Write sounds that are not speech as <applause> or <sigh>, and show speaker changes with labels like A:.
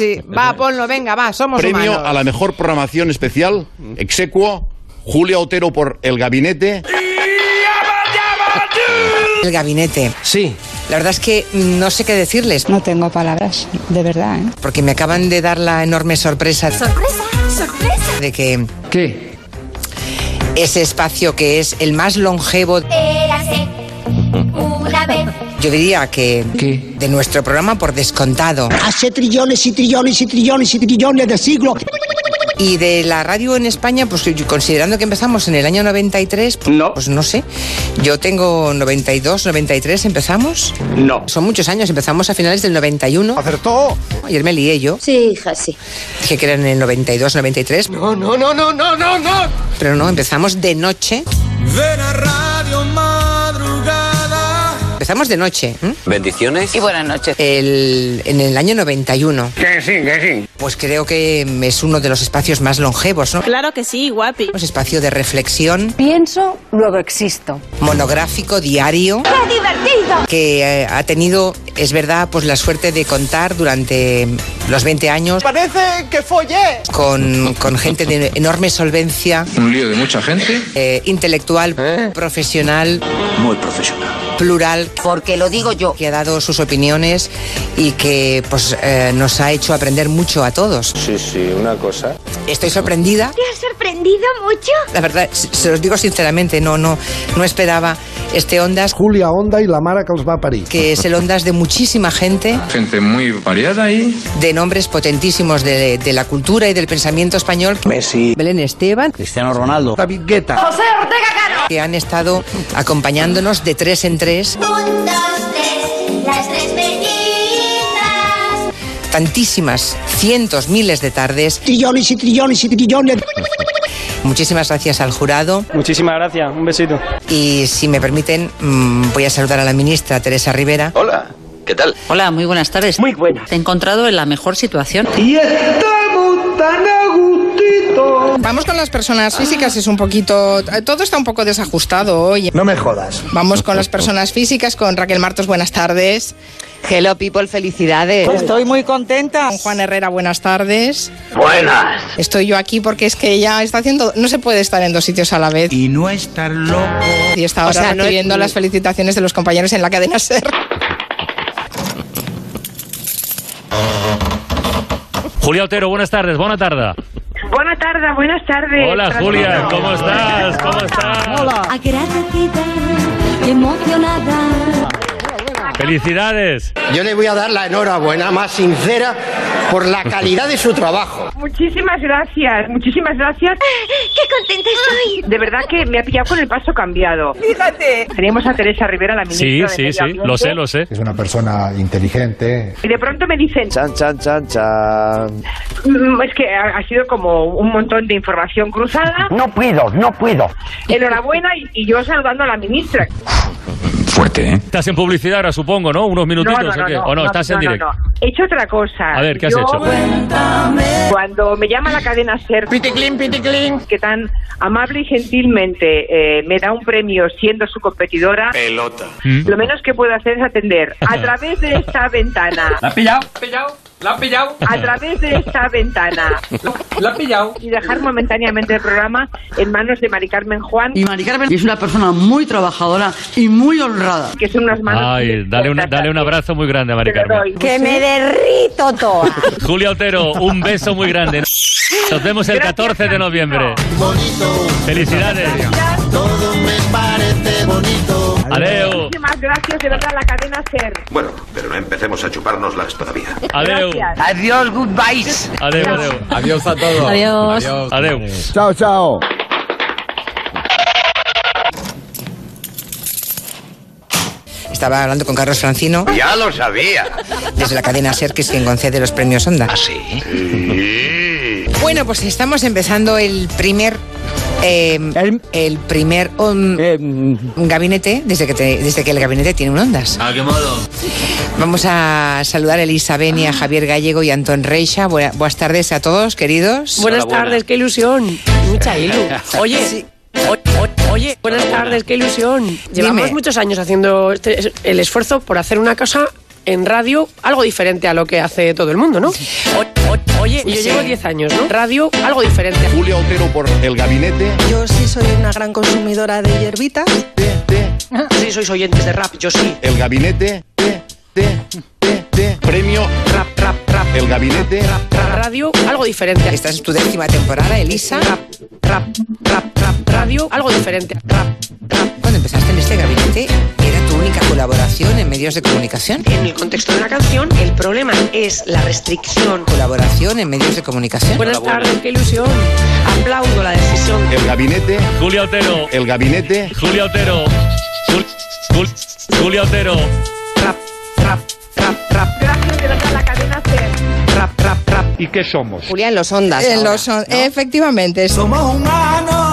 A: Sí, va, ponlo, venga, va, somos
B: Premio
A: humanos.
B: a la mejor programación especial, execuo, Julia Otero por El Gabinete.
C: El gabinete.
D: Sí,
C: La verdad es que no sé qué decirles,
E: No tengo palabras, de verdad. ¿eh?
C: porque me acaban de dar la enorme sorpresa
F: Sorpresa, sorpresa.
C: de que
D: ¿qué?
C: ese espacio que es el más longevo,
F: Érase una vez.
C: yo diría que
D: ¿Qué?
C: de nuestro programa por descontado,
G: hace trillones y trillones y trillones y trillones de siglos.
C: y de la radio en España, pues yo- considerando que empezamos en el año 93, pues no, pues no sé, yo tengo 92, 93, empezamos. No. Son muchos años, empezamos a finales del 91. Acertó. Ayer me lié yo.
F: Sí, hija, sí.
C: Dije que eran en el 92, 93. No, no, no, no, no, no, no. Pero no, empezamos de noche. Empezamos de noche. ¿m?
H: Bendiciones.
I: Y buenas noches.
C: El, en el año 91. Pues creo que es uno de los espacios más longevos, ¿no?
I: Claro que sí, guapi.
C: Es espacio de reflexión,
E: Pienso, luego existo.
C: monográfico, diario,
F: ¡Qué divertido!
C: que eh, ha tenido, es verdad, pues la suerte de contar durante los 20 años. Parece que follé. Con, con gente de enorme solvencia.
D: Un lío de mucha gente.
C: eh, intelectual, profesional,
H: ¿Eh? Muy profesional.
C: plural,
I: Porque lo digo yo.
C: que ha dado sus opiniones y que pues, eh, nos ha hecho aprender mucho a todos.
H: Sí, sí, una cosa.
C: Estoy sorprendida,
F: ¿Te has sorprendido mucho?
C: la verdad, se se los digo sinceramente, no, no, no esperaba este Ondas,
J: Julia Onda i la mare que els va parir.
C: que es el Ondas de muchísima gente,
D: Gente muy variada y...
C: de nombres potentísimos de, de la cultura y del pensamiento español.
H: Messi.
C: Belén Esteban,
H: Cristiano Ronaldo.
J: David Guetta.
C: que han estado acompañándonos de tres en tres,
F: Un, dos, tres, las tres mellizas.
C: tantísimas, cientos, miles de tardes.
G: Trillones y trillones y trillones.
C: Muchísimas gracias al jurado.
G: Muchísimas gracias, un besito.
C: Y si me permiten, mm, voy a saludar a la ministra Teresa Rivera.
H: Hola, ¿qué tal?
I: Hola, muy buenas tardes. Muy buenas. Te he encontrado en la mejor situación.
A: Vamos con las personas físicas, es un poquito... Todo está un poco desajustado hoy.
J: No me jodas.
A: Vamos con las personas físicas, con Raquel Martos, buenas tardes. Hello people, felicidades.
E: Estoy muy contenta.
A: Con Juan Herrera, buenas tardes.
H: Buenas.
A: Estoy yo aquí porque es que ya está haciendo... No se puede estar en dos sitios a la vez.
D: Y no estar loco.
A: Y está ahora
E: O sea, no
A: recibiendo
E: es-
A: las felicitaciones de los compañeros en la cadena SER.
K: Julia Otero, buenas tardes, buena tarde.
E: Buenas tardes, buenas tardes.
K: Hola Julia, ¿cómo estás? ¿Cómo estás?
F: Agradecida, emocionada.
K: Felicidades.
G: Yo le voy a dar la enhorabuena más sincera por la calidad de su trabajo.
E: Muchísimas gracias, muchísimas gracias.
F: ¡Qué contenta estoy!
E: De verdad que me ha pillado con el paso cambiado. Fíjate. Tenemos a Teresa Rivera, la ministra.
K: Sí,
E: de
K: sí,
E: Medio
K: sí,
E: Ambiente,
K: lo sé, lo sé.
J: Es una persona inteligente.
E: Y de pronto me dicen,
H: Chan, chan, chan, chan.
E: "Mm, es que ha, ha sido como un montón de información cruzada. No puedo, no puedo. Enhorabuena y, y yo saludando a la ministra.
D: Fuerte, ¿eh?
K: Estás en publicidad ahora, supongo, ¿no? Unos minutitos, ¿o qué? ¿O no? Estás en
E: no, no,
K: directo.
E: no. He hecho otra cosa.
K: A ver, ¿qué has
E: Yo,
K: hecho?
E: Cuando me llama la cadena SER, que tan amable y gentilmente eh, me da un premio siendo su competidora,
K: ¿Mm?
E: lo menos que puedo hacer es atender a través de esta ventana.
D: ¿La ha pillado? ¿Pillado? ¿La ha pillado?
E: A través de esta ventana
D: ¿La ha pillado?
E: y dejar momentáneamente el programa en manos de Mari Carmen Juan,
I: Y Mari Carmen es una persona muy trabajadora y muy honrada.
E: que son unas manos.
K: Ay,
E: muy
K: dale, una-
E: cortas,
K: dale un abrazo muy grande a
E: te
K: Mari
E: lo
K: Carmen.
E: doy.
F: ¡Que me derrito toda!
K: <laughs> Julia Otero, un beso muy grande. Nos vemos el 14 de noviembre. Felicidades. Adeu,
E: Muchísimas gracias de verdad a la cadena SER.
H: Bueno, pero no empecemos a chuparnos las todavía.
K: adeu,
E: Gracias.
D: Adiós, goodbye.
K: adeu, adeu.
D: Adiós a todos.
I: Adiós.
K: Adeu.
J: Chao, chao.
C: Estaba hablando con Carlos Francino
H: Ya lo sabía. Ah,
C: desde la cadena SER, que es quien concede los premios Onda.
H: Sí.
C: Bueno, pues estamos empezando el primer... eh,
J: El-
C: el primer um, gabinete, desde que, te- desde que el gabinete tiene un
H: Ah.
C: ondas.
D: ¿A qué modo?
C: Vamos a saludar a Elisa Benia, Javier Gallego y Antón Reixa. Buena- buenas tardes a todos, queridos.
E: Buenas tardes, qué ilusión. Mucha ilu. Oye, o- o- oye, buenas tardes, qué ilusión. Llevamos muchos años haciendo este- el esfuerzo por hacer una cosa
L: en radio algo diferente a lo que hace todo el mundo, ¿no? oye, yo
M: sí.
L: llevo 10 años, ¿no? Radio, algo diferente.
B: Julia Otero por El Gabinete.
M: Yo sí soy una gran consumidora de hierbitas.
L: Sí, sois oyentes de rap, yo sí.
B: El Gabinete. Te, te, te, te. Premio. Rap, rap, rap. El Gabinete.
L: Radio, algo diferente.
C: Esta es tu décima temporada, Elisa. Rap,
L: rap, rap, rap. Radio, algo diferente. Rap,
C: rap. Cuando empezaste en este gabinete, ¿era tu única colaboración en medios de comunicación?
L: En el contexto de una canción, el problema es la restricción.
C: ¿Colaboración en medios de comunicación?
L: Buenas tardes, qué ilusión. Aplaudo la decisión.
B: El Gabinete.
K: Julia Otero.
B: El Gabinete.
K: Julia Otero. Jul- Jul- Julia Otero.
B: ¿Y qué somos?
A: Julia en los ondas. En los on- Efectivamente. Somos humanos.